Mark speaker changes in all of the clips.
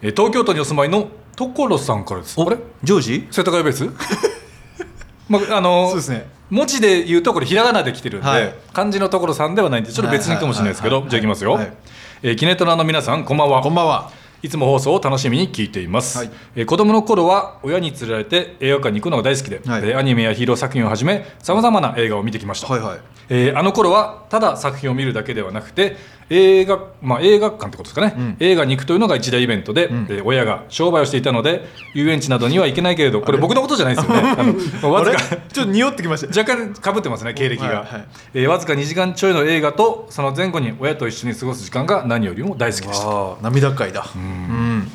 Speaker 1: えー東京都にお住まいの所さんからですあれ
Speaker 2: ジョージ
Speaker 1: 世田谷ベース まああの
Speaker 2: そうですね
Speaker 1: 文字で言うとこれひらがなで来てるんで、
Speaker 2: はい
Speaker 1: 漢字の所さんではないんでちょっと別にかもしれないですけど
Speaker 2: はい
Speaker 1: じゃあいきますよ、
Speaker 2: はい
Speaker 1: えーキネトラの皆さんこんばんは
Speaker 2: こんばんはい
Speaker 1: つも放送を楽しみに聞いています、
Speaker 2: はい
Speaker 1: えー子供の頃は親に連れられて映画館に行くのが大好きで、
Speaker 2: はい
Speaker 1: えーアニメやヒーロー作品をはじめさまざまな映画を見てきました、
Speaker 2: はいはい
Speaker 1: えーあの頃はただ作品を見るだけではなくて映画,、まあ、映画館ってことですかね、
Speaker 2: ん
Speaker 1: 映画に行くというのが一大イベントで、えー親が商売をしていたので遊園地などには行けないけれどこれ僕のことじゃないです よねあのわ
Speaker 2: あ
Speaker 1: ず
Speaker 2: れ
Speaker 1: か
Speaker 2: ちょっと匂ってきました
Speaker 1: 若干かぶってますね経歴が、
Speaker 2: はいはい
Speaker 1: えーわずか2時間ちょいの映画とその前後に親と一緒に過ごす時間が何よりも大好きでした
Speaker 2: あー涙かいだうん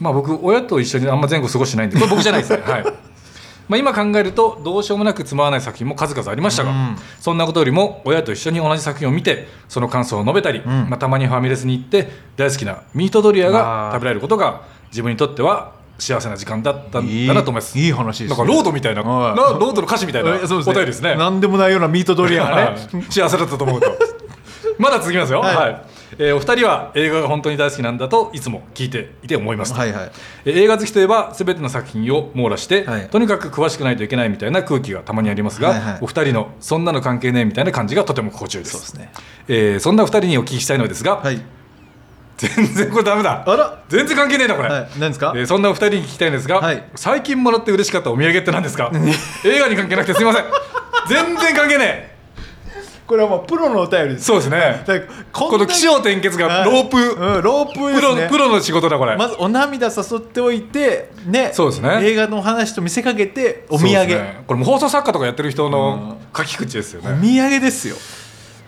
Speaker 1: まあ僕親と一緒にあんま前後過ごしてないんでこれ僕じゃないですね はいまあ今考えるとどうしようもなくつまらない作品も数々ありましたが、
Speaker 2: うん
Speaker 1: そんなことよりも親と一緒に同じ作品を見てその感想を述べたり、
Speaker 2: ん
Speaker 1: まあ、たまにファミレスに行って大好きなミートドリアが
Speaker 2: あー
Speaker 1: 食べられることが自分にとっては幸せな時間だったんだなと思います
Speaker 2: いいいい話です
Speaker 1: な
Speaker 2: ね
Speaker 1: んかロードみたいな
Speaker 2: は
Speaker 1: ないロードの歌詞みたいな
Speaker 2: えそう
Speaker 1: お便りですね
Speaker 2: なんでもないようなミートドリアが
Speaker 1: は
Speaker 2: ね
Speaker 1: い幸せだったと思うと まだ続きますよ、
Speaker 2: はい
Speaker 1: はいえーお二人は映画が本当に大好きなんだといつも聞いていて思いますと、
Speaker 2: はいはい
Speaker 1: えー映画好きといえば全ての作品を網羅して、
Speaker 2: はい
Speaker 1: とにかく詳しくないといけないみたいな空気がたまにありますが、
Speaker 2: はいはい
Speaker 1: お二人のそんなの関係ねえみたいな感じがとても心地よいです
Speaker 2: そうですね
Speaker 1: えーそんなお二人にお聞きしたいのですが、
Speaker 2: はい
Speaker 1: 全然これダメだ
Speaker 2: あら
Speaker 1: 全然関係ねえなこれ、
Speaker 2: はい何ですか
Speaker 1: えーそんなお二人に聞きたいんですが、
Speaker 2: はい
Speaker 1: 最近もらって嬉しかったお土産って何です か映画に関係なくてすいません全然関係ねえ
Speaker 2: これはもうプロのお便りです
Speaker 1: そうですね。
Speaker 2: だから
Speaker 1: この気象転結がロープ、
Speaker 2: うんロープで
Speaker 1: プ
Speaker 2: す
Speaker 1: ロ
Speaker 2: ね
Speaker 1: プロの仕事だこれ。
Speaker 2: まずお涙誘っておいてね
Speaker 1: そうですね
Speaker 2: 映画のお話と見せかけて
Speaker 1: そ
Speaker 2: お
Speaker 1: う
Speaker 2: 土
Speaker 1: です
Speaker 2: 産、
Speaker 1: ねこれもう放送作家とかやってる人の書き口ですよ
Speaker 2: お
Speaker 1: ね。
Speaker 2: 土産ですよ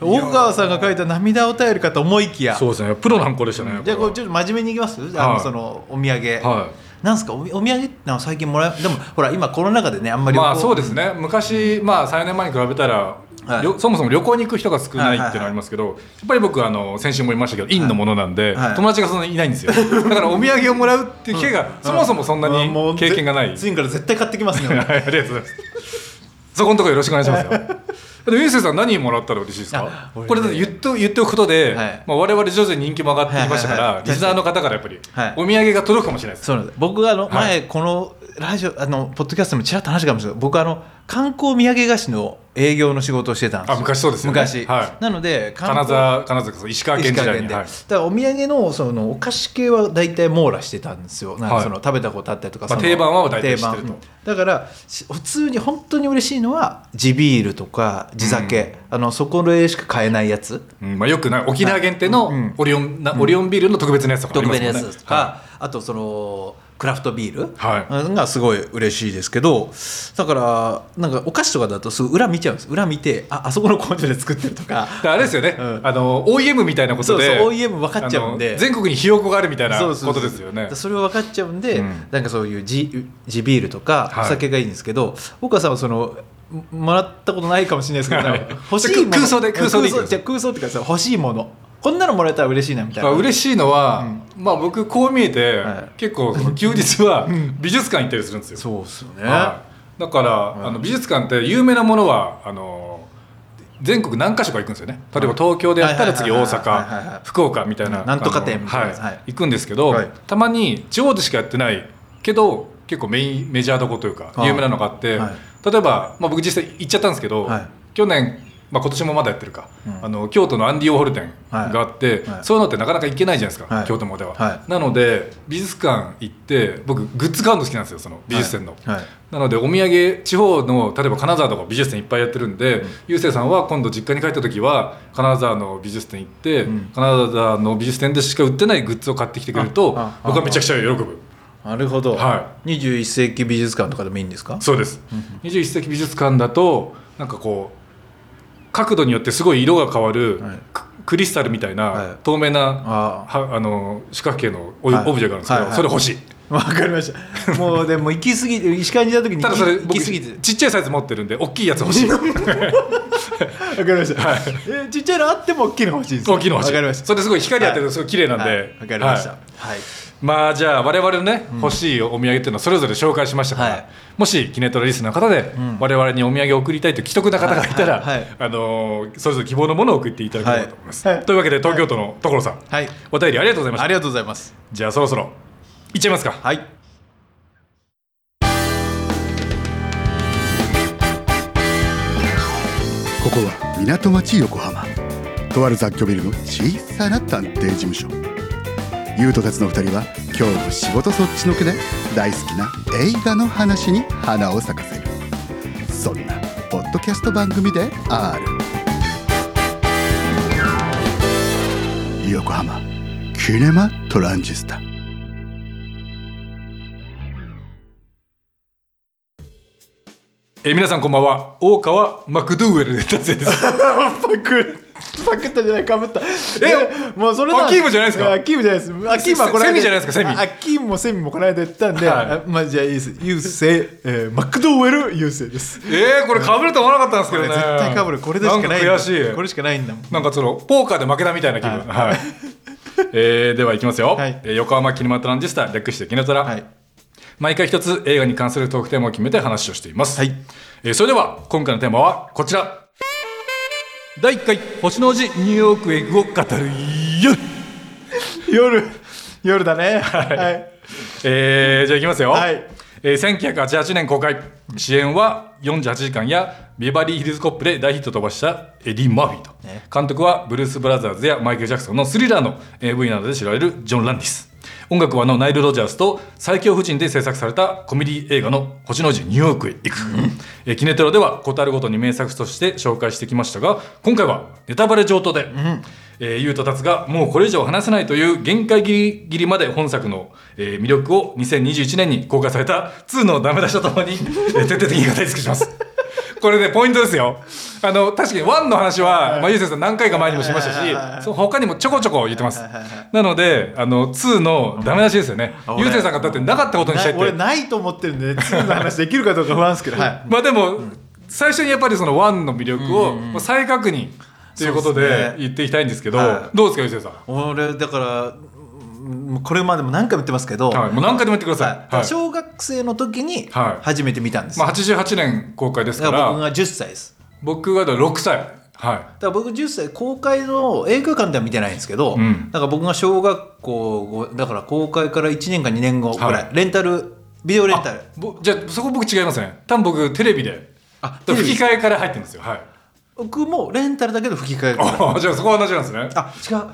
Speaker 2: 大川さんが書いた涙お便りかと思いきや
Speaker 1: そうですね。プロのハンコでしたね。
Speaker 2: じゃあこ
Speaker 1: こ
Speaker 2: れ
Speaker 1: れ
Speaker 2: ちょっと真面目にいきますあの
Speaker 1: はい
Speaker 2: そのお土産
Speaker 1: は
Speaker 2: なんすかおみお土産ってのは最近もらえでもほら今コロナ禍でねあんまり
Speaker 1: まあそうですすね。昔まあ3年前に比べたら。
Speaker 2: はい
Speaker 1: よそもそも旅行に行く人が少ないっていう
Speaker 2: はいはい
Speaker 1: の
Speaker 2: はい
Speaker 1: がありますけど、やっぱり僕あの先週も言いましたけど、院のものなんで、
Speaker 2: はい
Speaker 1: 友達がそんなにいないんですよだからお土産をもらうっていう機会が、そもそもそんなに経験がない、
Speaker 2: 次から絶対買ってきますね
Speaker 1: はい、ありがとうございます。そこのところよろしくお願いしますよ。でユースケさん何もらったら嬉しいですか
Speaker 2: あ？俺ね
Speaker 1: これだって言っと言っておくことで、
Speaker 2: はい
Speaker 1: まあ我々徐々に人気も上がってきましたから、
Speaker 2: はいはいはい
Speaker 1: リスナーの方からやっぱり、
Speaker 2: はい
Speaker 1: お土産が届くかもしれないです。
Speaker 2: そうなんです僕あの
Speaker 1: は
Speaker 2: 前
Speaker 1: い
Speaker 2: このラジオあのポッドキャストでもちらっと話したかもしれない僕あの観光土産菓子の営業の仕事をしてたんですよ
Speaker 1: あ昔そうですよね
Speaker 2: 昔、
Speaker 1: は
Speaker 2: なので観
Speaker 1: 金
Speaker 2: 光
Speaker 1: 沢金沢さん石川県
Speaker 2: 石
Speaker 1: 時
Speaker 2: 川
Speaker 1: 代
Speaker 2: 県
Speaker 1: に。
Speaker 2: で、
Speaker 1: はい
Speaker 2: だからお土産のそのお菓子系は大体網羅してたんですよなんか
Speaker 1: はい
Speaker 2: その食べたことあったりと
Speaker 1: ま
Speaker 2: か、
Speaker 1: あ
Speaker 2: その
Speaker 1: 定番は大体知ってると
Speaker 2: 定番だからし普通に本当に嬉しいのは地ビールとか地酒、あのそこでしか買えないやつ
Speaker 1: うんまあよくない沖縄限定の
Speaker 2: うん
Speaker 1: オリオンなオリオンビールの特別なやつとかあ
Speaker 2: 特
Speaker 1: りま
Speaker 2: 別
Speaker 1: す
Speaker 2: な
Speaker 1: もん
Speaker 2: や
Speaker 1: ね。
Speaker 2: つとか、あとそのクラフトビール、
Speaker 1: はい
Speaker 2: がすごい嬉しいですけどだからなんかお菓子とかだとすぐ裏見ちゃうんです裏見てああそこの工場で作ってるとか
Speaker 1: だからあれですよね、
Speaker 2: うん
Speaker 1: あの OEM みたいなことで
Speaker 2: そうそう OEM 分かっちゃうんで
Speaker 1: あの全国にひよこがあるみたいな
Speaker 2: そ
Speaker 1: こ
Speaker 2: うそうそ
Speaker 1: と
Speaker 2: う
Speaker 1: ですよね
Speaker 2: だからそれは分かっちゃうんで、
Speaker 1: うん
Speaker 2: なんかそういう地地ビールとか
Speaker 1: はい
Speaker 2: お酒がいいんですけど、岡さんはそのももらったことないかもしれないですけど、
Speaker 1: はい
Speaker 2: 欲しいもの
Speaker 1: 空想で空想でいい
Speaker 2: じゃあ空想っていうかさ欲しいものこんなのもらえたら嬉しいなみたい
Speaker 1: ま
Speaker 2: な、
Speaker 1: あ、嬉しいのは、まあ僕こう見えて、
Speaker 2: はい
Speaker 1: 結構その休日は美術館行ったりするんですよ。
Speaker 2: そうっすよね、
Speaker 1: はいだから、あの美術館って有名なものはあの全国何箇所か行くんですよね例えば東京でやったら次
Speaker 2: はいは
Speaker 1: 大
Speaker 2: いはいはいはいはいはい
Speaker 1: 阪福岡みたいな
Speaker 2: なんとか
Speaker 1: あ
Speaker 2: 展
Speaker 1: の
Speaker 2: みたいなやつ
Speaker 1: は
Speaker 2: はい
Speaker 1: い、行くんですけど、
Speaker 2: はい
Speaker 1: たまに地方でしかやってないけど結構メインメジャーどこというか
Speaker 2: ああ
Speaker 1: 有名なのがあって
Speaker 2: は
Speaker 1: 例えば、まあ、僕実際行っちゃったんですけど、
Speaker 2: はい
Speaker 1: 去年、まあ、今年もまだやってるか、
Speaker 2: うん
Speaker 1: あの京都のアンディ・オーホル店があって、
Speaker 2: はい
Speaker 1: そういうのってなかなか行けないじゃないですか、
Speaker 2: はい
Speaker 1: 京都までは、
Speaker 2: は
Speaker 1: なので美術館行って僕グッズ買うの好きなんですよその美術展の。
Speaker 2: はいはい
Speaker 1: なのでお土産地方の例えば金沢とか美術展いっぱいやってるんでゆうせいさんは今度実家に帰った時は金沢の美術展行って、
Speaker 2: ん
Speaker 1: 金沢の美術展でしか売ってないグッズを買ってきてくれると
Speaker 2: ああ
Speaker 1: 僕はめちゃくちゃ喜ぶ
Speaker 2: なるほど、
Speaker 1: は
Speaker 2: 21世紀美術館とかでもいいんですか
Speaker 1: そうです21世紀美術館だとなんかこう角度によってすごい色が変わる、
Speaker 2: はい
Speaker 1: ククリスタルみたいな、
Speaker 2: はい
Speaker 1: 透明な
Speaker 2: あ
Speaker 1: はあの四角形のオ,、
Speaker 2: はい
Speaker 1: オブジェがあるんですけど、
Speaker 2: はいはい
Speaker 1: それ欲しい。
Speaker 2: わかりましたもうでも行き過ぎて石川にいた時に
Speaker 1: ただそれ
Speaker 2: 行
Speaker 1: 僕
Speaker 2: き
Speaker 1: ち
Speaker 2: 過ぎて
Speaker 1: っちゃいサイズ持ってるんで大きいやつ 欲しい
Speaker 2: わかりました、えちっちゃいのあっても大きいの欲しいです
Speaker 1: 大きいの欲しい
Speaker 2: わかりました
Speaker 1: それですごい光当てるとすごい綺麗なんで、
Speaker 2: はいわかりました
Speaker 1: はい
Speaker 2: はい
Speaker 1: まあじゃあ我々のね、欲しいお土産っていうのはそれぞれ紹介しましたから、
Speaker 2: はい
Speaker 1: もしキネトラリスナーの方で、我々にお土産を送りたいという既得な方がいたら、
Speaker 2: はいはい
Speaker 1: あのーそれぞれ希望のものを送っていただければと思います、
Speaker 2: はいはい
Speaker 1: というわけで東京都の所さん、
Speaker 2: はい
Speaker 1: お便りありがとうございました
Speaker 2: ありがとうございます
Speaker 1: じゃあそろそろいっちゃいますか
Speaker 3: はい
Speaker 4: ここは港町横浜とある雑居ビルの小さな探偵事務所優斗たちの2人は今日も仕事そっちのけで大好きな映画の話に花を咲かせるそんなポッドキャスト番組である横浜キネマトランジスタ
Speaker 1: えー皆さんこんばんは大川マクドゥーエル達成です
Speaker 2: パクパクったじゃないかぶったえもうそれ
Speaker 1: アキームじゃないですか
Speaker 2: アキームじゃないですアキームはこれ
Speaker 1: セミじゃないですかセミ
Speaker 2: アキームもセミもこの間言ったんで、
Speaker 1: はい
Speaker 2: あまあじゃあいいです優勢、えー、マクドウェル優勢です
Speaker 1: えー、これかぶると思わなかったんですけどね
Speaker 2: 絶対かぶるこれでしかないんだ
Speaker 1: んか悔しい
Speaker 2: これしかないんだもん
Speaker 1: なんかそのポーカーで負けたみたいな気分。はい。えーではいきますよ、
Speaker 2: はい
Speaker 1: えー横浜キネマトランジスタ略してキネトラ、
Speaker 2: はい
Speaker 1: 毎回一つ映画に関するトークテーマを決めて話をしています、
Speaker 2: はい
Speaker 1: えーそれでは今回のテーマはこちら第1回星の王子ニューヨークエッグを語るよ、
Speaker 2: 夜夜だねはい
Speaker 1: えーじゃあいきますよ、
Speaker 2: はい
Speaker 1: えー1988年公開主演は48時間やビバリーヒルズコップで大ヒットを飛ばしたエディ・マーフィーと、監督はブルース・ブラザーズやマイケル・ジャクソンのスリラーの AV などで知られるジョン・ランディス音楽はあのナイル・ロジャースと最強夫人で制作されたコメディ映画の「星の王子ニューヨークへ行く」えーキネトラでは事あるごとに名作として紹介してきましたが今回はネタバレ上等で、えー、ゆうとたつがもうこれ以上話せないという限界ギリギリまで本作の、えー魅力を2021年に公開された2のダメ出しとともに、えー徹底的に語り尽くし ます。これね、ポイントですよ。あの、確かに1の話は、まあ、ゆうせいさん何回か前にもしましたし、そう他にもちょこちょこ言ってます。なので、あの、2のダメ出しですよね。ゆうせいさんがだってなかったことにしたいっ
Speaker 2: な俺
Speaker 1: て。
Speaker 2: ないと思ってるんで次の話できるかどうか不安ですけどはい
Speaker 1: まあでも、最初にやっぱりその1の魅力をまあ再確認ということ
Speaker 2: そうです
Speaker 1: で
Speaker 2: ね
Speaker 1: 言っていきたいんですけど、
Speaker 2: は
Speaker 1: どうですか、ゆうせいさん。
Speaker 2: 俺だからうんこれまでも何回も言ってますけど、
Speaker 1: はい、もう何回でも言ってください。
Speaker 2: はい
Speaker 1: はい
Speaker 2: 小学生の時に
Speaker 1: はい
Speaker 2: 初めて見たんですよ、
Speaker 1: まあ、88年公開ですか
Speaker 2: だから僕
Speaker 1: ら、
Speaker 2: が10歳です
Speaker 1: 僕がだから6歳。は
Speaker 2: だから僕10歳公開の映画館では見てないんですけど、
Speaker 1: うん
Speaker 2: だから僕が小学校ごだから公開から1年か2年後ぐらい、
Speaker 1: はい
Speaker 2: レンタルビデオレンタル
Speaker 1: い。ぼじゃあ、そこ僕違いますね。多分僕、テレビで。
Speaker 2: あテレビ
Speaker 1: 吹き替えから入ってるんですよ。はい。
Speaker 2: 僕もレンタルだけど吹き替えあ
Speaker 1: ああ、じゃあそこは同じなんですね。
Speaker 2: あ違う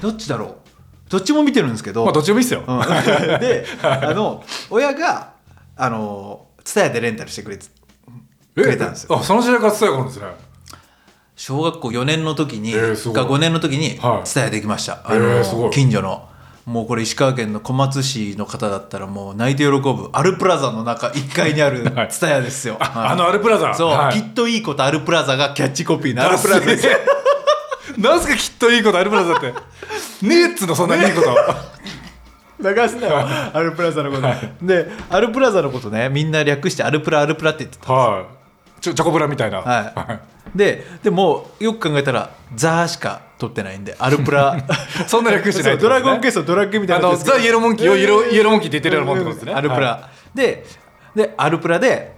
Speaker 2: どっちだろうどっちも見てるんですけど、
Speaker 1: まあ、どっちでもいいっすよ。
Speaker 2: うん であの親があの蔦屋でレンタルしてくれて
Speaker 1: え
Speaker 2: くれたんですよ
Speaker 1: あ、その時代から伝えるんですね。
Speaker 2: 小学校4年の時に、
Speaker 1: えーすごい
Speaker 2: が5年の時に
Speaker 1: はい
Speaker 2: 伝えてきました、
Speaker 1: えーすごい
Speaker 2: 近所のもうこれ石川県の小松市の方だったらもう泣いて喜ぶアルプラザの中1階にある
Speaker 1: はい
Speaker 2: 蔦屋ですよ、はい
Speaker 1: あのアルプラザ。
Speaker 2: そう、
Speaker 1: はい
Speaker 2: きっといいことアルプラザがキャッチコピーのアルプラザです
Speaker 1: すげえ なんすか、きっといいことアルプラザって。ねえっつうの、そんなにいいこと。
Speaker 2: 流すなよアルプラザのこと、でアルプラザのことねみんな略してアルプラアルプラって言ってた
Speaker 1: はい。ちょ、チョコブラみたいな。
Speaker 2: はいででもよく考えたらザーしか取ってないんでアルプラ
Speaker 1: そんな略してない
Speaker 2: そう
Speaker 1: ってこと
Speaker 2: ド
Speaker 1: ね
Speaker 2: ラゴンクエストドラッグみたい
Speaker 1: あ
Speaker 2: なこと
Speaker 1: の、
Speaker 2: ですけど
Speaker 1: ザ・イエローモンキーをイエローイエローモンキーって言ってるようなもんってことですね。
Speaker 2: アルプラ、ででアルプラで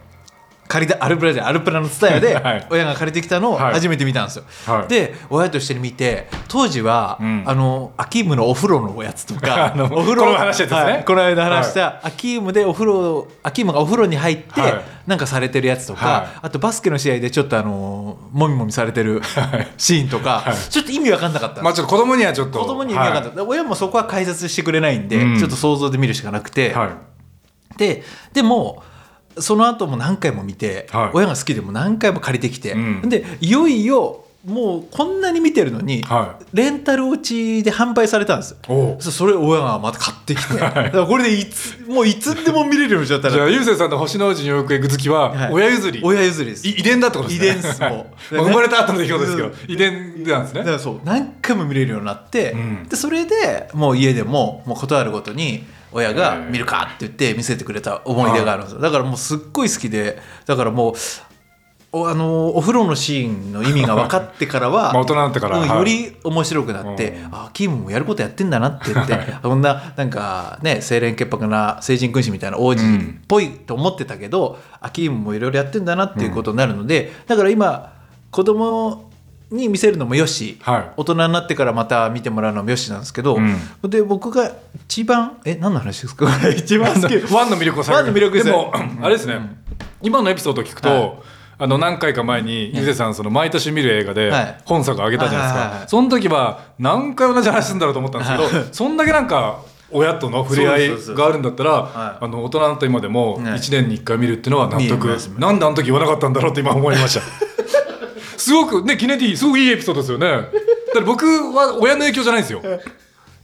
Speaker 2: 借りたアルプラじゃないアルプラの蔦屋で
Speaker 1: はい
Speaker 2: 親が借りてきたのを
Speaker 1: はい
Speaker 2: 初めて見たんですよ、
Speaker 1: はい
Speaker 2: で親と一緒に見て当時は、
Speaker 1: ん
Speaker 2: あのアキームのお風呂のやつとか
Speaker 1: あの
Speaker 2: お風
Speaker 1: この話ですね
Speaker 2: はいこの間話した、アキームでお風呂アキームがお風呂に入って、
Speaker 1: はい
Speaker 2: なんかされてるやつとか、
Speaker 1: はい
Speaker 2: あとバスケの試合でちょっとあのもみもみされてるシーンとか、ちょっと意味わかんなかったんですよ
Speaker 1: まあちょっと子供にはちょっと
Speaker 2: 子供には見なかった、で親もそこは解説してくれないんで、
Speaker 1: うん
Speaker 2: ちょっと想像で見るしかなくて、
Speaker 1: はい、はい
Speaker 2: ででもその後も何回も見て、
Speaker 1: はい
Speaker 2: 親が好きでも何回も借りてきて、
Speaker 1: うん
Speaker 2: でいよいよもうこんなに見てるのに、
Speaker 1: は
Speaker 2: レンタル落ちで販売されたんですよ
Speaker 1: おう
Speaker 2: そそれを親がまた買ってきて、だからこれでいつもういつでも見れるようにしちゃった
Speaker 1: じゃ
Speaker 2: ら
Speaker 1: あゆうせいさんの星の王子ニューヨークエッグ好き
Speaker 2: は
Speaker 1: はい親譲り、い、
Speaker 2: 親譲りです
Speaker 1: 遺伝だってことですね
Speaker 2: 遺伝っすもう
Speaker 1: はい まあ生まれた後の出来事ですけど
Speaker 2: う
Speaker 1: 遺伝なんです
Speaker 2: だか
Speaker 1: ね
Speaker 2: らそう何回も見れるようになって、
Speaker 1: ん
Speaker 2: でそれでもう家でももう断るごとに親が
Speaker 1: へえ
Speaker 2: 「見るか!」って言って見せてくれた思い出があるんですよだからもうすっごい好きでだからもうおあのお風呂のシーンの意味が分かってからは
Speaker 1: まあ大人になってから
Speaker 2: うん
Speaker 1: はい
Speaker 2: より面白くなって、
Speaker 1: うん
Speaker 2: あキームもやることやってんだなっ て言ってこんななんかね清廉潔白な成人君子みたいな王子っぽいと思ってたけど、アキームもいろいろやってんだなっていうことになるので、だから今子供に見せるのもよし、
Speaker 1: はい
Speaker 2: 大人になってからまた見てもらうのもよしなんですけど、
Speaker 1: うん
Speaker 2: で僕が一番え何の話ですか 一番好き
Speaker 1: ワンの魅力を
Speaker 2: ワンの魅力です
Speaker 1: でもあれですね、今のエピソードを聞くと、あの何回か前にゆうせいさんその毎年見る映画で
Speaker 2: はい
Speaker 1: 本作をあげたじゃないですか、
Speaker 2: はいはいはい
Speaker 1: その時は何回同じ話するんだろうと思ったんですけどそんだけなんか親との触れ合
Speaker 2: そうですそう
Speaker 1: い
Speaker 2: です
Speaker 1: があるんだったら、
Speaker 2: はい
Speaker 1: あの大人になった今でも
Speaker 2: ね
Speaker 1: 1年に1回見るっていうのは納得、
Speaker 2: 見えます
Speaker 1: なんであの時言わなかったんだろうって今思いました すごくねキネディすごくいいエピソードですよねだって僕は親の影響じゃないんです よ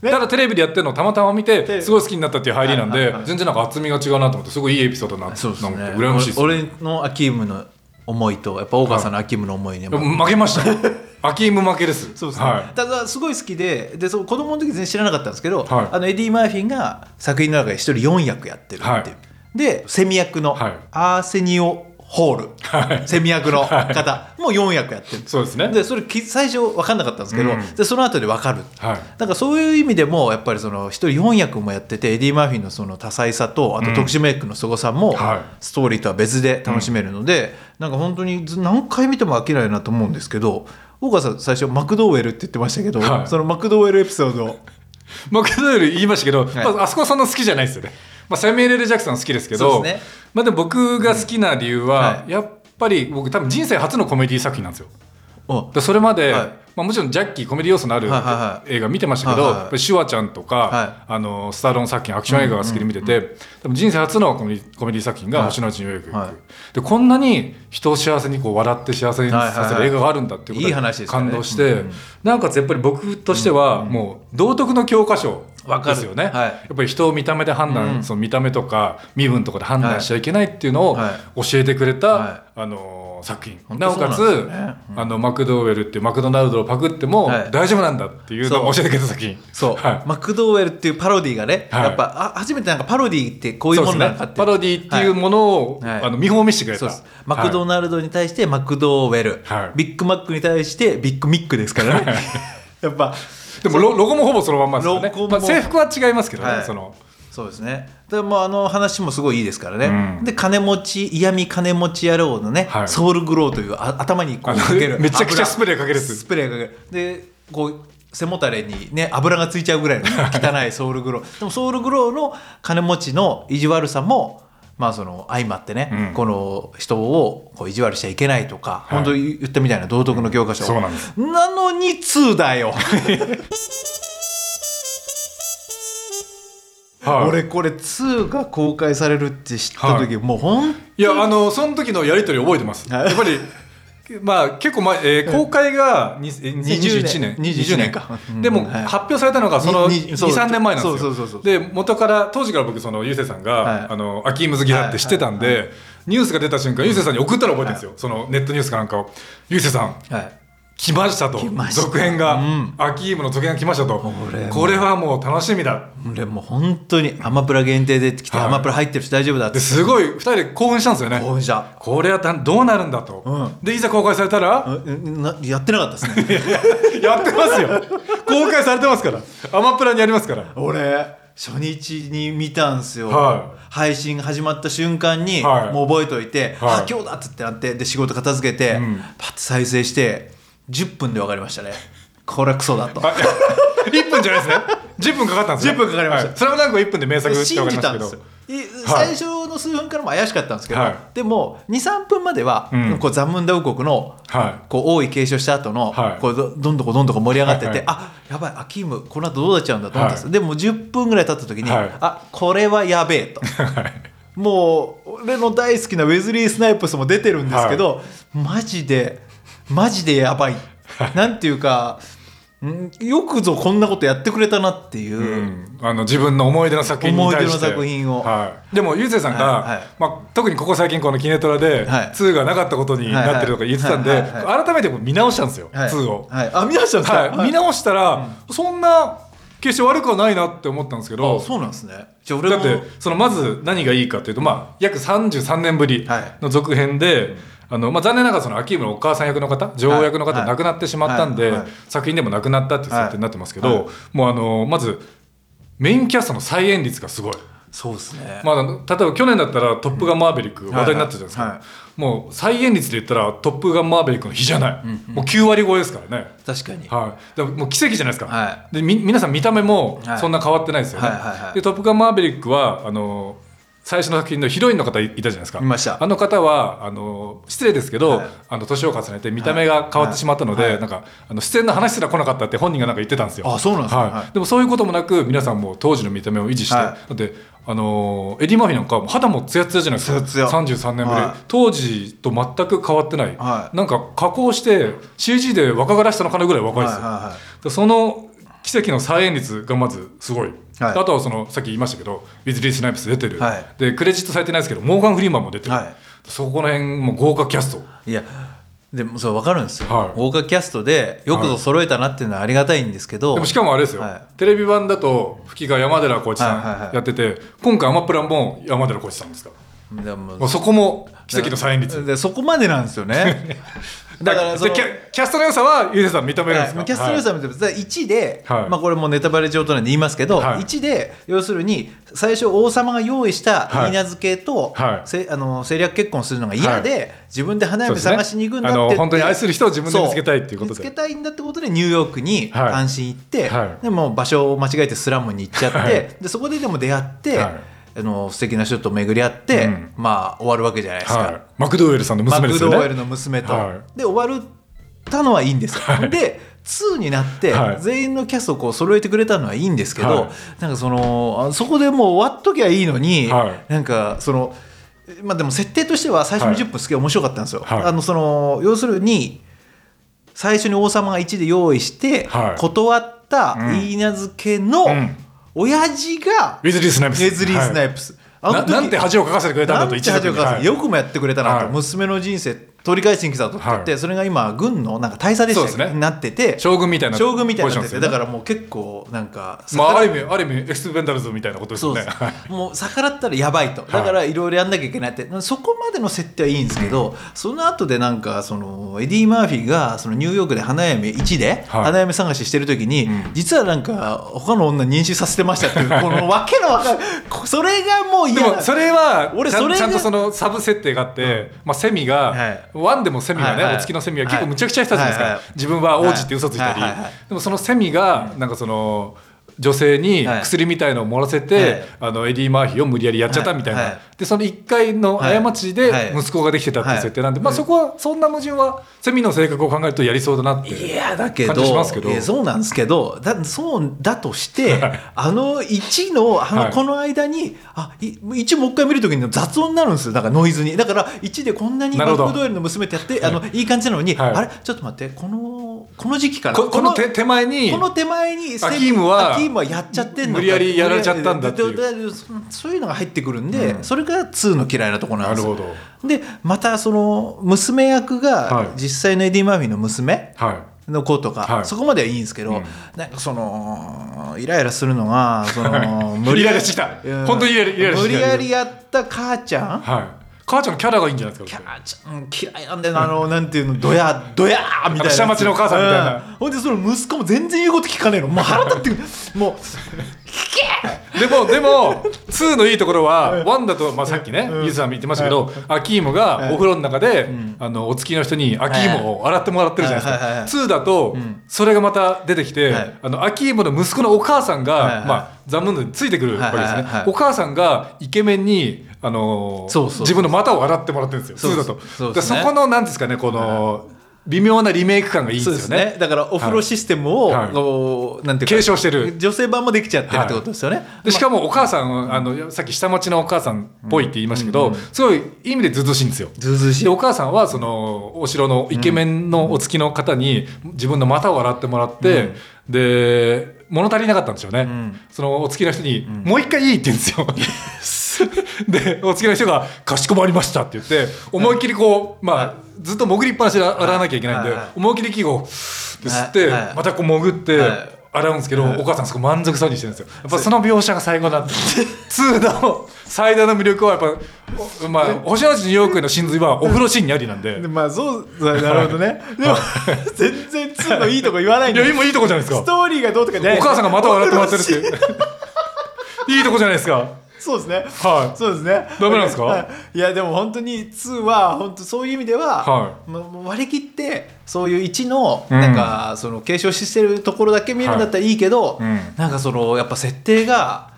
Speaker 1: ただテレビでやってるのをたまたま見てすごい好きになったっていう入りなんで全然なんか厚みが違うなと思ってすごいいいエピソードだなと
Speaker 2: そう
Speaker 1: 思
Speaker 2: で
Speaker 1: って
Speaker 2: すね
Speaker 1: 羨ましいです
Speaker 2: 俺俺のアキームの思いとやっぱ大川さんのアキームの思いね、
Speaker 1: でも負けましたアキーム負けですそうですは
Speaker 2: ただすごい好きででそう子供の時全然知らなかったんですけど、
Speaker 1: はい
Speaker 2: あのエディ・マーフィンが作品の中で一人4役やってるっていう、
Speaker 1: はい
Speaker 2: でセミ役の
Speaker 1: はい
Speaker 2: アーセニオ・ホール、
Speaker 1: はい
Speaker 2: セミ役の方も4役やってる
Speaker 1: いそうですね
Speaker 2: でそれき最初分かんなかったんですけど、
Speaker 1: うん
Speaker 2: でその後で分かる、
Speaker 1: はい
Speaker 2: なんかそういう意味でもやっぱりその一人4役もやっててエディ・マーフィンのその多彩さとあと特殊メイクの凄さも、
Speaker 1: はい
Speaker 2: ストーリーとは別で楽しめるので、なんか本当にず何回見ても飽きないなと思うんですけど大川さん最初マクドウェルって言ってましたけど、
Speaker 1: はい
Speaker 2: そのマクドウェルエピソ ード
Speaker 1: マクドナルド言いましたけど、まあ、あそこはそんな好きじゃないですよね、まあ、サミュエル・ L ジャクソン好きですけ
Speaker 2: そ
Speaker 1: ど
Speaker 2: うですね
Speaker 1: まあ、でも僕が好きな理由
Speaker 2: うん
Speaker 1: は、
Speaker 2: は
Speaker 1: やっぱり僕多分人生初のコメディ作品なんですよ
Speaker 2: お
Speaker 1: でそれまで、
Speaker 2: はい
Speaker 1: まあ、もちろんジャッキーコメディ要素のある
Speaker 2: はいはいは
Speaker 1: 映画見てましたけど、
Speaker 2: はいはいはい
Speaker 1: シュワちゃんとか、
Speaker 2: は
Speaker 1: あのスタローン作品アクション映画が好きで見てて、多分人生初のコメディコメディ作品が「
Speaker 2: はい
Speaker 1: 星のうちによく行く」
Speaker 2: はい
Speaker 1: でこんなに人を幸せにこう笑って幸せにさせる映画があるんだっていうこと
Speaker 2: はいはいはいいい話ですよね
Speaker 1: 感動して、なおかつやっぱり僕としては、もう道徳の教科書
Speaker 2: わ
Speaker 1: で
Speaker 2: かる
Speaker 1: すよね、
Speaker 2: はい
Speaker 1: やっぱり人を見た目で判断、
Speaker 2: うん
Speaker 1: その見た目とか身分とかで判断しちゃいけないっていうのを
Speaker 2: はい
Speaker 1: 教えてくれた、
Speaker 2: はい
Speaker 1: あの作品
Speaker 2: 本
Speaker 1: な
Speaker 2: 当
Speaker 1: お
Speaker 2: そう
Speaker 1: か
Speaker 2: なん
Speaker 1: つ、
Speaker 2: ですよね
Speaker 1: あのマクドウェルっていうマクドナルドをパクっても
Speaker 2: はい
Speaker 1: 大丈夫なんだっていうのを教
Speaker 2: そ
Speaker 1: えてくれた作品
Speaker 2: そう、
Speaker 1: はい
Speaker 2: マクドウェルっていうパロディがね、
Speaker 1: はい
Speaker 2: やっぱあ初めてなんかパロディってこういう
Speaker 1: そう
Speaker 2: も
Speaker 1: で
Speaker 2: の
Speaker 1: すね
Speaker 2: なのかって、
Speaker 1: パロディっていうものを、
Speaker 2: はい
Speaker 1: あの見本を見せてくれた
Speaker 2: そうですマクド
Speaker 1: ル
Speaker 2: ナルドに対してマクドウェル、
Speaker 1: はい
Speaker 2: ビッグマックに対してビッグミックですからね やっぱ
Speaker 1: ドでもロロゴもほぼそのまんまですよね
Speaker 2: ロゴも
Speaker 1: まあ、制服は違いますけどね、
Speaker 2: はい
Speaker 1: その
Speaker 2: そうですねでもあの話もすごいいいですからね、
Speaker 1: うん
Speaker 2: で金持ち嫌味金持ち野郎のね、
Speaker 1: はい
Speaker 2: ソウルグローというあ頭にこう
Speaker 1: あの
Speaker 2: かける
Speaker 1: めちゃくちゃ
Speaker 2: 油
Speaker 1: スプレーかけるやつ
Speaker 2: スプレーかけるでこう背もたれにね油がついちゃうぐらいの 汚いソウルグローでもソウルグローの金持ちの意地悪さもまあその相まってね、
Speaker 1: うん
Speaker 2: この人をこう意地悪しちゃいけないとか、
Speaker 1: はい
Speaker 2: 本当に言ったみたいな道徳の教科書、
Speaker 1: そうなんです
Speaker 2: なのに2だよ
Speaker 1: はい
Speaker 2: 俺これ2が公開されるって知った時、もう本
Speaker 1: いやあのその時のやり取り覚えてます、
Speaker 2: はい
Speaker 1: やっぱりまあ結構前、えー公開がにえー21年
Speaker 2: 20年
Speaker 1: 20年
Speaker 2: か
Speaker 1: か、
Speaker 2: うん
Speaker 1: でも、
Speaker 2: はい
Speaker 1: 発表されたのがその
Speaker 2: ににそう
Speaker 1: 23年前なんです
Speaker 2: そ
Speaker 1: よ
Speaker 2: うそうそうそう
Speaker 1: で元から当時から僕そのゆうせいさんが、
Speaker 2: はい
Speaker 1: あのアキーム好きだって知ってたんで、ニュースが出た瞬間ゆうせいさんに送ったの覚えてるんですよ、そのネットニュースかなんかを「ゆうせいさん
Speaker 2: はい
Speaker 1: 来ましたと
Speaker 2: 来ました
Speaker 1: 続編が、
Speaker 2: うん
Speaker 1: アキームの続編が来ましたと
Speaker 2: 俺も
Speaker 1: これはもう楽しみだ
Speaker 2: 俺もう本当にアマプラ限定で来て、
Speaker 1: はい
Speaker 2: アマプラ入ってるし大丈夫だって
Speaker 1: ですごい2人で興奮したんですよね
Speaker 2: 興奮した
Speaker 1: これはたどうなるんだと、
Speaker 2: うん
Speaker 1: でいざ公開されたら、
Speaker 2: あんなやってなかった ですね
Speaker 1: やってますよ公開されてますからアマプラにあります から
Speaker 2: 俺初日に見たんすよ、
Speaker 1: は
Speaker 2: 配信始まった瞬間に、
Speaker 1: はい
Speaker 2: もう覚えておいて、
Speaker 1: はい
Speaker 2: あ今日だっつってなってで仕事片付けて、
Speaker 1: ん
Speaker 2: パッと再生して10分で分かりましたねこれはクソだと
Speaker 1: あいや1分じゃないですね10分かかったんですね
Speaker 2: 10分かかりました
Speaker 1: それもなんか1分で名作って分
Speaker 2: 信
Speaker 1: かり
Speaker 2: じ
Speaker 1: ましたたけ
Speaker 2: んで
Speaker 1: ど
Speaker 2: すよい
Speaker 1: はい
Speaker 2: 最初の数分からも怪しかったんですけど、
Speaker 1: はい
Speaker 2: でも23分までは、
Speaker 1: うん
Speaker 2: こうザムンダ王国の、
Speaker 1: は
Speaker 2: こう王位継承した後の、
Speaker 1: はい
Speaker 2: こうどどんどこどんどこ盛り上がってて、
Speaker 1: はいはい
Speaker 2: あやばいアキームこの後どうなっちゃうんだと思ったんです、
Speaker 1: は
Speaker 2: でも10分ぐらい経った時に、
Speaker 1: はい
Speaker 2: あこれはやべえ と。もう俺の大好きなウェズリー・スナイプスも出てるんですけど、マジでマジでやばいなんていうかんよくぞこんなことやってくれたなっていう、
Speaker 1: うんあの自分の思い出の作品に対して
Speaker 2: 思い出の作品を
Speaker 1: はい、でもゆうせいさんが、
Speaker 2: はいはい
Speaker 1: まあ、特にここ最近この「キネトラ」で
Speaker 2: はい
Speaker 1: 2がなかったことになってるとか言ってたんで、
Speaker 2: はいはいはいは
Speaker 1: 改めてもう見直したんですよ、
Speaker 2: はい
Speaker 1: 2を、
Speaker 2: はい、あ見直したんですか、
Speaker 1: はい、見直したら、そんな決して悪くはないなって思ったんですけど
Speaker 2: あそうなんですねじゃあ俺
Speaker 1: だ
Speaker 2: も
Speaker 1: ってそのまず何がいいかというと、まあ、約33年ぶり
Speaker 2: はい
Speaker 1: の続編で、あのまあ、残念ながらそのアキームのお母さん役の方女王役の方
Speaker 2: はい
Speaker 1: 亡くなってしまったんで、
Speaker 2: はいはい
Speaker 1: 作品でも亡くなったっていう設定になってますけど、
Speaker 2: はいはい
Speaker 1: もうあのまずメインキャストの再演率がすごい。
Speaker 2: そうですね、
Speaker 1: まあ、例えば去年だったら「トップガンマーベリック」話題になったじゃないですか、
Speaker 2: はいはいは
Speaker 1: もう再現率で言ったら「トップガンマーベリック」の比じゃない、もう9割超えですからね
Speaker 2: 確か
Speaker 1: は
Speaker 2: に
Speaker 1: い、だからもう奇跡じゃないですか、
Speaker 2: は
Speaker 1: でみ皆さん見た目も
Speaker 2: はい
Speaker 1: そんな変わってないですよね、
Speaker 2: はいはいはい
Speaker 1: で「トップガンマーヴェリックは」あの最初の作品のヒロインの方いいたじゃないですか
Speaker 2: いました
Speaker 1: あの方はあの失礼ですけど、
Speaker 2: はい
Speaker 1: あの年を重ねて見た目が変わってしまったので、
Speaker 2: はいはい
Speaker 1: なんかあの出演の話すら来なかったって本人がなんか言ってたんですよ
Speaker 2: あそうなんですか
Speaker 1: はい
Speaker 2: はい
Speaker 1: でもそういうこともなく皆さんも当時の見た目を維持して、
Speaker 2: は
Speaker 1: だってあのエディ・マーフィーなんかもう肌もツヤツヤじゃないですか
Speaker 2: ツヤツヤ
Speaker 1: 33年ぶり、
Speaker 2: はい
Speaker 1: 当時と全く変わってない、
Speaker 2: はい
Speaker 1: なんか加工して CG で若返らしたのかなぐらい若いですよ、
Speaker 2: はいはいはい
Speaker 1: でその奇跡の再現率がまずすごい、
Speaker 2: はい
Speaker 1: あとはそのさっき言いましたけどウィズリー・スナイプス出てる、
Speaker 2: はい
Speaker 1: でクレジットされてないですけどモーガン・フリーマンも出てる、
Speaker 2: はい
Speaker 1: そこら辺も豪華キャスト
Speaker 2: いやでもそう分かるんですよ、
Speaker 1: はい
Speaker 2: 豪華キャストでよくぞ揃えたなっていうのはありがたいんですけど、
Speaker 1: でもしかもあれですよ、
Speaker 2: はい
Speaker 1: テレビ版だと吹きが山寺宏一
Speaker 2: はいはい
Speaker 1: さ
Speaker 2: は
Speaker 1: ん
Speaker 2: い
Speaker 1: やってて、今回アマプラも山寺宏一さんですから
Speaker 2: でも
Speaker 1: もうそこも奇跡の再現率
Speaker 2: でそこまでなんです よねだからそ
Speaker 1: で
Speaker 2: の
Speaker 1: キャキャストの良さはゆうせいさん認めるんですか、
Speaker 2: はいキャストレーサーみたいな、だから1で、
Speaker 1: はい
Speaker 2: まあ、これもうネタバレ上等なんで言いますけど、
Speaker 1: はい
Speaker 2: 1で要するに最初王様が用意した
Speaker 1: はい
Speaker 2: 稲漬けと、
Speaker 1: はい
Speaker 2: せあの政略結婚するのが嫌で、
Speaker 1: は
Speaker 2: 自分で花
Speaker 1: そう
Speaker 2: 嫁
Speaker 1: ですね
Speaker 2: 探しに行くんだって
Speaker 1: あの
Speaker 2: 言って
Speaker 1: 本当に愛する人を自分で見つけたいっていうことで
Speaker 2: そ見つけたいんだってことでニューヨークに
Speaker 1: はい
Speaker 2: 単身行って、
Speaker 1: はい
Speaker 2: でもう場所を間違えてスラムに行っちゃって、
Speaker 1: はい
Speaker 2: でそこででも出会って、
Speaker 1: はい
Speaker 2: あの素敵な人と巡り合って、
Speaker 1: うん
Speaker 2: まあ終わるわけじゃないですか。
Speaker 1: はい、マクドウェルさんの娘ですよね
Speaker 2: マクドウェルの娘と、
Speaker 1: は
Speaker 2: で終わったのはいいんですよ、で2になって、
Speaker 1: はい
Speaker 2: 全員のキャストをこう揃えてくれたのはいいんですけど、
Speaker 1: はい
Speaker 2: なんかそのあそこでもう終わっときゃいいのに、
Speaker 1: は
Speaker 2: なんかそのまあでも設定としては最初の
Speaker 1: はい
Speaker 2: 10分すげえ面白かったんですよ、
Speaker 1: はい
Speaker 2: あのその要するに最初に王様が1で用意して、
Speaker 1: はい
Speaker 2: 断った
Speaker 1: うん
Speaker 2: いいなずけの
Speaker 1: うん
Speaker 2: 親父が
Speaker 1: ウィズリー・スナイプス
Speaker 2: ネズリー・スナイプス、あの
Speaker 1: な
Speaker 2: 時
Speaker 1: なんて恥をかかせてくれたんだ
Speaker 2: な
Speaker 1: と
Speaker 2: ん
Speaker 1: 一
Speaker 2: て恥をかかせ
Speaker 1: はい
Speaker 2: よくもやってくれたなと、
Speaker 1: はい
Speaker 2: 娘の人生取り返しに来たとって言って、
Speaker 1: はい
Speaker 2: それが今軍のなんか大佐でしたっ
Speaker 1: そう
Speaker 2: け
Speaker 1: ですね
Speaker 2: なってて
Speaker 1: 将軍みたいな
Speaker 2: 将軍みたいになってて、
Speaker 1: ポジションですよね
Speaker 2: だからもう結構なんか
Speaker 1: まあ、あ
Speaker 2: 逆ら
Speaker 1: る意味ある意味エクスペンダルズみたいなことです
Speaker 2: そ
Speaker 1: よ
Speaker 2: う
Speaker 1: ね
Speaker 2: ですもう逆らったらやばいとだからいろいろやんなきゃいけないってそこまでの設定はいいんですけどその後でなんかそのエディ・マーフィーがそのニューヨークで花嫁1で
Speaker 1: はい
Speaker 2: 花嫁探ししてる時に実はなんか他の女妊娠させてましたっていうこのわけのわかるそれがもう
Speaker 1: で
Speaker 2: 嫌な
Speaker 1: もそれは
Speaker 2: 俺
Speaker 1: ちゃん
Speaker 2: それが
Speaker 1: ちゃんとそのサブ設定があって、まあ、セミが、
Speaker 2: はい
Speaker 1: ワンでもセミがね、
Speaker 2: はいはい
Speaker 1: お月のセミが結構むちゃくちゃしたじゃないですか、
Speaker 2: はいはい
Speaker 1: 自分は王子って嘘ついたり、
Speaker 2: はいはいはい
Speaker 1: でもそのセミがなんかその女性に
Speaker 2: はい
Speaker 1: 薬みたいのを盛らせて、
Speaker 2: はい
Speaker 1: あのエディ・マーフィーを無理やりやっちゃったみたいな、
Speaker 2: はいはい
Speaker 1: でその1回の過ちで
Speaker 2: はいはい
Speaker 1: 息子ができてたっていう設定なんで、まあ、そこはそんな矛盾はセミの性格を考えるとやりそうだなって
Speaker 2: いやだけ
Speaker 1: 感じしま
Speaker 2: ど
Speaker 1: すけど
Speaker 2: いやそうなんですけどだそうだとしてあの1のあの、
Speaker 1: はい
Speaker 2: この間にあい1もう一回見るときに雑音になるんですよだからノイズにだから1でこんなに
Speaker 1: な
Speaker 2: マ
Speaker 1: るほ
Speaker 2: ク
Speaker 1: ど
Speaker 2: ドウェルの娘ってやってあのいい感じなのに、
Speaker 1: はい
Speaker 2: あれちょっと待ってこのこの時期から
Speaker 1: ここの手手前に
Speaker 2: この手前に
Speaker 1: アキームは
Speaker 2: アキームはやっちゃってんのか
Speaker 1: 無理やりやられちゃったんだっていう
Speaker 2: 無理やりででそういうのが入ってくるんで、
Speaker 1: うん
Speaker 2: それが2の嫌いなところなん
Speaker 1: な
Speaker 2: で
Speaker 1: る
Speaker 2: すよ
Speaker 1: ほど
Speaker 2: でまたその娘
Speaker 1: はい
Speaker 2: 役が実際のエディ・マーフィーの娘
Speaker 1: はい。
Speaker 2: の子とか、
Speaker 1: はい
Speaker 2: そこまではいいんですけど、
Speaker 1: うん
Speaker 2: なんかそのイライラするのがその
Speaker 1: イライラしてきた
Speaker 2: うん
Speaker 1: 本当にイライライラしてきた
Speaker 2: 無理やりやった母ちゃん
Speaker 1: はい。母ちゃんのキャラがいいんじゃないですか。
Speaker 2: 母ちゃん嫌いなんだよなあのなんていうのドヤドヤーみたいなやつ
Speaker 1: 下町のお母さんみたいな
Speaker 2: うほんでその息子も全然言うこと聞かねえのもう腹立ってもう
Speaker 1: でも、でも、2のいいところは、1だと、まあ、さっきね、ゆずさんも言ってましたけど、アキーモがお風呂の中で、あの、お付きの人にアキーモを洗ってもらってるじゃない
Speaker 2: はいはいはいはい
Speaker 1: ですか。2だと、それがまた出てきて
Speaker 2: はい、
Speaker 1: あの、アキーモの息子のお母さん
Speaker 2: はいは
Speaker 1: が、
Speaker 2: い
Speaker 1: まあ、ザムンドについてくるわけです
Speaker 2: は
Speaker 1: ね
Speaker 2: いはいはい。
Speaker 1: お母さんがイケメンに、あのー
Speaker 2: そうそうそう
Speaker 1: 自分の股を洗ってもらってるんですよ、2だと。
Speaker 2: そう
Speaker 1: だか
Speaker 2: です
Speaker 1: らそ
Speaker 2: ね
Speaker 1: この、なんですかね、この、微妙なリメイク感がいいんです
Speaker 2: そう
Speaker 1: よ
Speaker 2: ですねだからお風呂システムを、
Speaker 1: はい
Speaker 2: こうなんていうか
Speaker 1: 継承してる
Speaker 2: 女性版もできちゃってるってことですよね、
Speaker 1: でしかもお母さんは、あのさっき下町のお母さんっぽいって言いましたけど、すごいいい意味でずうずうしいんですよ。
Speaker 2: ずうずうしい
Speaker 1: でお母さんはそのお城のイケメンのお付きの方に自分の股を洗ってもらって、で物足りなかったんでしょうね、そのお付きの人に、もう一回いい」って言うんです よ。でお付きの人が「かしこまりました」って言って思いっきりこうまあずっと潜りっぱなしで洗わなきゃいけないんで、
Speaker 2: はいはい
Speaker 1: 思いっきり気をって吸って、
Speaker 2: はいはい
Speaker 1: またこう潜って。
Speaker 2: はい
Speaker 1: 洗うんですけど、お母さんすごい満足そうにしてるんですよやっぱその描写が最後 なんで2の最大の魅力はやっぱおまあ星野市ニューヨークへの真髄はお風呂シーンにありなんで
Speaker 2: でまあそうそうな るほどねでも全然2のいいとこ言わないん
Speaker 1: い
Speaker 2: で
Speaker 1: や
Speaker 2: す
Speaker 1: 今いいとこじゃないです
Speaker 2: ス
Speaker 1: か
Speaker 2: トーリーがどうとかじゃない
Speaker 1: お母さんがまた笑ってもらってるっていいとこじゃないですか
Speaker 2: そうですね。
Speaker 1: はい
Speaker 2: そうですね。
Speaker 1: ダメなんですか
Speaker 2: はいいやでも本当に2は本当そういう意味では、
Speaker 1: は
Speaker 2: もうもう割り切ってそういう1の
Speaker 1: うん
Speaker 2: なんかその継承してるところだけ見るんだったらいいけど、
Speaker 1: いうん
Speaker 2: なんかそのやっぱ設定が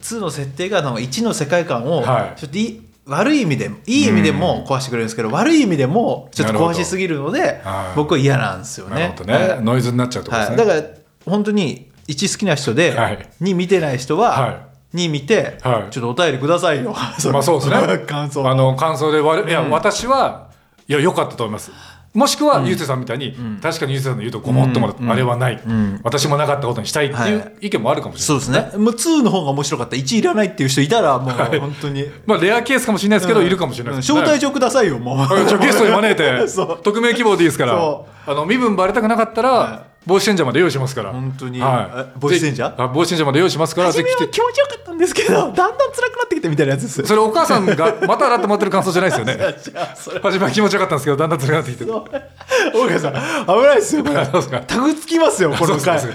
Speaker 2: 2の設定がなんか1の世界観を
Speaker 1: はい
Speaker 2: ちょっといい悪い意味でもいい意味でも壊してくれるんですけど、悪い意味でもちょっと壊しすぎるので
Speaker 1: はい
Speaker 2: 僕は嫌なんですよ
Speaker 1: なる
Speaker 2: ね
Speaker 1: ほど。ねノイズになっちゃうってことです
Speaker 2: はい、
Speaker 1: ね、
Speaker 2: だから本当に1好きな人で、
Speaker 1: はい
Speaker 2: 2見てない人
Speaker 1: は
Speaker 2: は、二2見て、
Speaker 1: はい
Speaker 2: ちょっとお便りくださいよ
Speaker 1: まあそうですね
Speaker 2: 感想
Speaker 1: あの感想で悪いいや、私はいや良かったと思いますもしくは、ゆうせいさんみたいに、確かにゆうせいさんの言うとごもっともだ、あれはない、私もなかったことにしたいってい
Speaker 2: は
Speaker 1: う意見もあるかもしれない、
Speaker 2: そうですねもう2の方が面白かった1いらないっていう人いたらもう本当に、
Speaker 1: まあレアケースかもしれないですけど、いるかもしれないです、
Speaker 2: うん招待
Speaker 1: 状
Speaker 2: 状くださいよもう
Speaker 1: ゲストに招い
Speaker 2: そ
Speaker 1: て
Speaker 2: う
Speaker 1: 匿名希望でいいですから
Speaker 2: そ
Speaker 1: あの身分バレたくなかったら、帽子選者まで用意しますから
Speaker 2: 本当に
Speaker 1: はい、
Speaker 2: え帽子選者
Speaker 1: ぜひあ帽子選者まで用意しますから
Speaker 2: 初め
Speaker 1: ぜ
Speaker 2: は
Speaker 1: ひ
Speaker 2: 気
Speaker 1: 来
Speaker 2: 持
Speaker 1: て
Speaker 2: ちよかったんですけどだんだん辛くなってきてみたいなやつ です
Speaker 1: それお母さん がまた洗ってもらってる感想じゃないですよね
Speaker 2: じゃあそれ
Speaker 1: 初めは気持ちよかったんですけどだんだん辛くなってきてる
Speaker 2: 大川さん危ないですよこれ
Speaker 1: あ そうですか
Speaker 2: タグつきますよこ
Speaker 1: そう
Speaker 2: の
Speaker 1: そう
Speaker 2: 回
Speaker 1: そう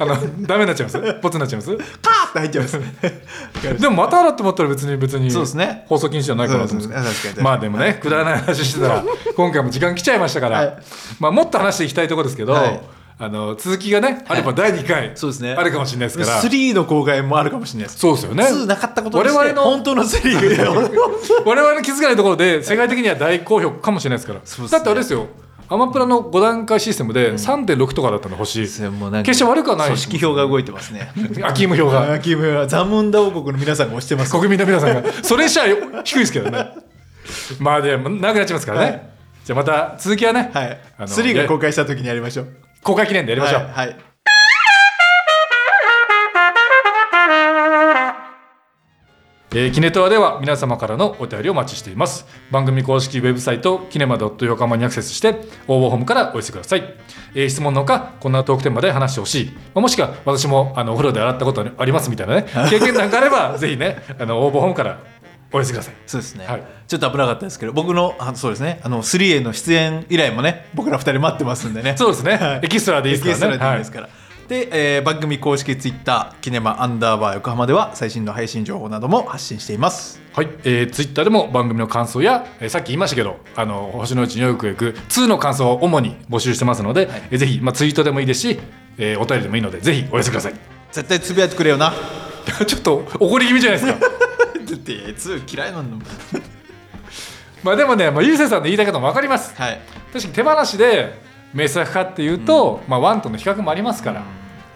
Speaker 1: あのダメになっちゃいますポツになっちゃいます
Speaker 2: カーって入っちゃいますね
Speaker 1: でもまた洗ってもらったら別に別に
Speaker 2: そうですね
Speaker 1: 放送禁止じゃないかなと思うん
Speaker 2: そう
Speaker 1: で
Speaker 2: ですす
Speaker 1: け
Speaker 2: ね確か
Speaker 1: ど
Speaker 2: に
Speaker 1: まあでもねくだらない話してた ら今回も時間来ちゃいましたから、
Speaker 2: はい
Speaker 1: まあ、もっと話していきたいところですけど、
Speaker 2: はい
Speaker 1: あの続きがねあれば第2回、
Speaker 2: そうですね
Speaker 1: あるかもしれないですから
Speaker 2: 3の公開もあるかもしれないです
Speaker 1: そうですよね
Speaker 2: 2なかったことにして
Speaker 1: 我々の
Speaker 2: 本当の3が俺の
Speaker 1: 我々の気づかないところで世界的には大好評かもしれないですから
Speaker 2: そうです
Speaker 1: だ
Speaker 2: ね
Speaker 1: ってあれですよアマプラの5段階システムで3.6とかだったの星、
Speaker 2: それもなんか
Speaker 1: 決して悪くはない
Speaker 2: 組織票が動いてますね
Speaker 1: アキーム票が
Speaker 2: アキムはザムンダ王国の皆さんが押してます
Speaker 1: 国民の皆さんがそれじゃ低いですけどねまあでも長くなっちゃいますからね、
Speaker 2: はい
Speaker 1: じゃあまた続きはね、
Speaker 2: はい
Speaker 1: あの
Speaker 2: 3が公
Speaker 1: や
Speaker 2: 開した時にやりましょう
Speaker 1: 公開記念でやりま
Speaker 2: は
Speaker 1: し
Speaker 2: い
Speaker 1: ょう、
Speaker 2: はい
Speaker 1: えーキネトワでは皆様からのお便りをお待ちしています番組公式ウェブサイトキネマ .yokama にアクセスして応募フォームからお寄せください、えー質問のほかこんなトークテーマで話してほしい、まあもしくは私もあのお風呂で洗ったことありますみたいなね経験なんかあればぜひねあの応募フォームからお寄せください
Speaker 2: そうですね、
Speaker 1: はい
Speaker 2: ちょっと危なかったですけど僕のあそうですねあの3への出演以来もね僕ら2人待ってますんでね
Speaker 1: そうですね、
Speaker 2: はい
Speaker 1: エキストラでいいですからね
Speaker 2: エキストラでいいですから、で、えー番組公式ツイッターキネマアンダーバー横浜では最新の配信情報なども発信しています
Speaker 1: はい、えー、ツイッターでも番組の感想や、えーさっき言いましたけど「あの星のうちによく行く2」の感想を主に募集してますので、えーぜひ、まあ、ツイートでもいいですし、えーお便りでもいいのでぜひお寄せください
Speaker 2: 絶対つぶやいてくれよ な
Speaker 1: ちょっと怒り気味じゃないです か
Speaker 2: だって2嫌いなんだもん
Speaker 1: まあでもね、まあ、ゆうせいさんの言いたいことも分かります
Speaker 2: はい
Speaker 1: 確かに手放しで名作かっていうと、まあ、ワンとの比較もありますから、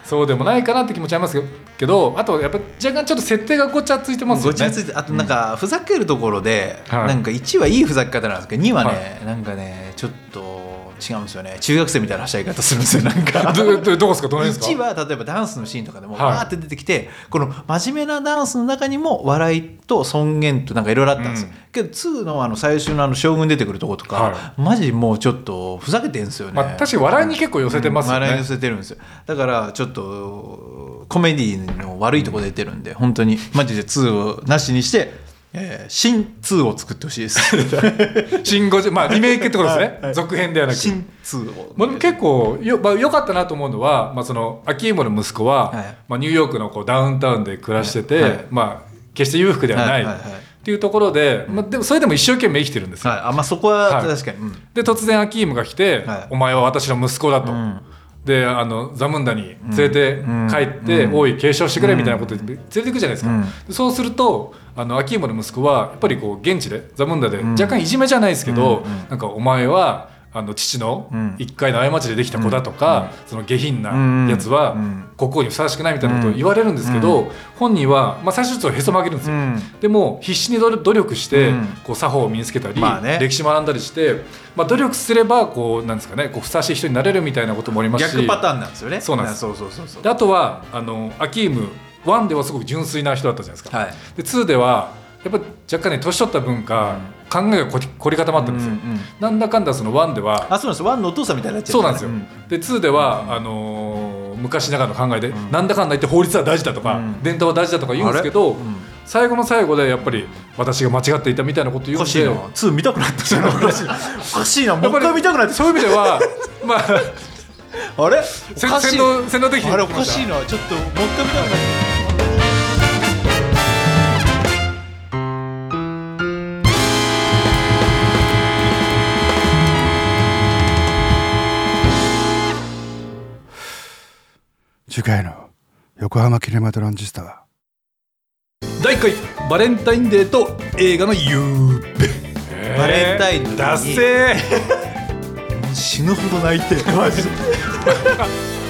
Speaker 1: そうでもないかなって気持ちありますけどあとやっぱ若干ちょっと設定がごちゃついてますよね
Speaker 2: ごちゃついてあとなんかふざけるところで、
Speaker 1: はい
Speaker 2: なんか1はいいふざけ方なんですけど2はね、
Speaker 1: は
Speaker 2: なんかねちょっと違うんですよね中学生みたいなはしゃぎ方するんですよなん か
Speaker 1: どどどこですかどの辺です
Speaker 2: 1
Speaker 1: か
Speaker 2: は例えばダンスのシーンとかでも
Speaker 1: はい
Speaker 2: わーって出てきて、この真面目なダンスの中にも笑いと尊厳となんかいろいろあったんですよ、
Speaker 1: うん
Speaker 2: けど2のあの最終のあの将軍出てくるとことか、
Speaker 1: は
Speaker 2: マジもうちょっとふざけてんですよね、
Speaker 1: まあ、確かに笑いに結構寄せてますよね、
Speaker 2: うん笑いに寄せてるんですよだからちょっとコメディの悪いとこ出てるんで、本当にマジで2をなしにして、えー、新2を作ってほしいです
Speaker 1: 新ゴジまあリメイクってことですね、続編ではなく
Speaker 2: 新2を、
Speaker 1: まあ、でも結構よ、まあ、良かったなと思うのは、まあ、その秋芋の息子は、
Speaker 2: はい
Speaker 1: まあ、ニューヨークのこうダウンタウンで暮らしてて、
Speaker 2: はいはい
Speaker 1: まあ、決して裕福ではない
Speaker 2: はいはいはい
Speaker 1: っていうところで、まあ、でもそれでも一生懸命生きてるんですよ。
Speaker 2: はい、あまあそこは
Speaker 1: はい
Speaker 2: 確かに、うん
Speaker 1: で突然アキームが来て、
Speaker 2: はい
Speaker 1: お前は私の息子だと」
Speaker 2: ん
Speaker 1: であのザムンダに連れて帰って、おい継承してくれみたいなことで連れていくじゃないですか、
Speaker 2: うん
Speaker 1: でそうするとあのアキームの息子はやっぱりこう現地でザムンダで若干いじめじゃないですけど、なんかお前は。あの父の一回の過ちでできた子だとか、その下品なやつは国王にふさわしくないみたいなことを言われるんですけど、本人は、まあ、最初ちょっとへそ曲げるんですよ、
Speaker 2: うん
Speaker 1: でも必死に努力努力して、
Speaker 2: うん
Speaker 1: こう作法を身につけたり、
Speaker 2: まあね
Speaker 1: 歴史学んだりして、まあ、努力すればこうなんですかねこうふさわしい人になれるみたいなこともありますし
Speaker 2: 逆パターンなんですよね
Speaker 1: そうなんです
Speaker 2: そうそうそうそう
Speaker 1: であとはあのアキーム1ではすごく純粋な人だったじゃないですか、
Speaker 2: はい
Speaker 1: で2ではやっぱ若干ね年取った分か、考えが凝り凝り固まってるんですよ、
Speaker 2: うんうん
Speaker 1: なんだかんだその1では
Speaker 2: あそうなんですワンのお父さんみたいになっちゃ
Speaker 1: そうなんです
Speaker 2: か
Speaker 1: よ、
Speaker 2: ら
Speaker 1: で2では、あのー昔ながらの考えで、なんだかんだ言って法律は大事だとか、
Speaker 2: うん
Speaker 1: 伝統は大事だとか言うんですけど、最後の最後でやっぱり私が間違っていたみたいなこと言うん
Speaker 2: お
Speaker 1: で
Speaker 2: かしいな2見たくなってきたなおかしいなおかしいなもう一回見たくなってき
Speaker 1: そういう意味で はまあ
Speaker 2: たあれ
Speaker 1: せ
Speaker 2: おかし
Speaker 1: 洗
Speaker 2: い
Speaker 1: 脳洗脳的に
Speaker 2: あれおかしいなちょっともう一回見たくなってきた
Speaker 4: 次回の横浜キネマトランジスタは
Speaker 1: 第1回バレンタインデーと映画の夕べ、
Speaker 2: バレンタインの日に
Speaker 1: だっせー
Speaker 2: 死ぬほど泣いてマジで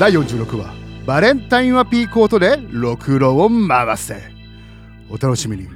Speaker 4: 第46話「バレンタインはピーク音でろくろを回せ」お楽しみに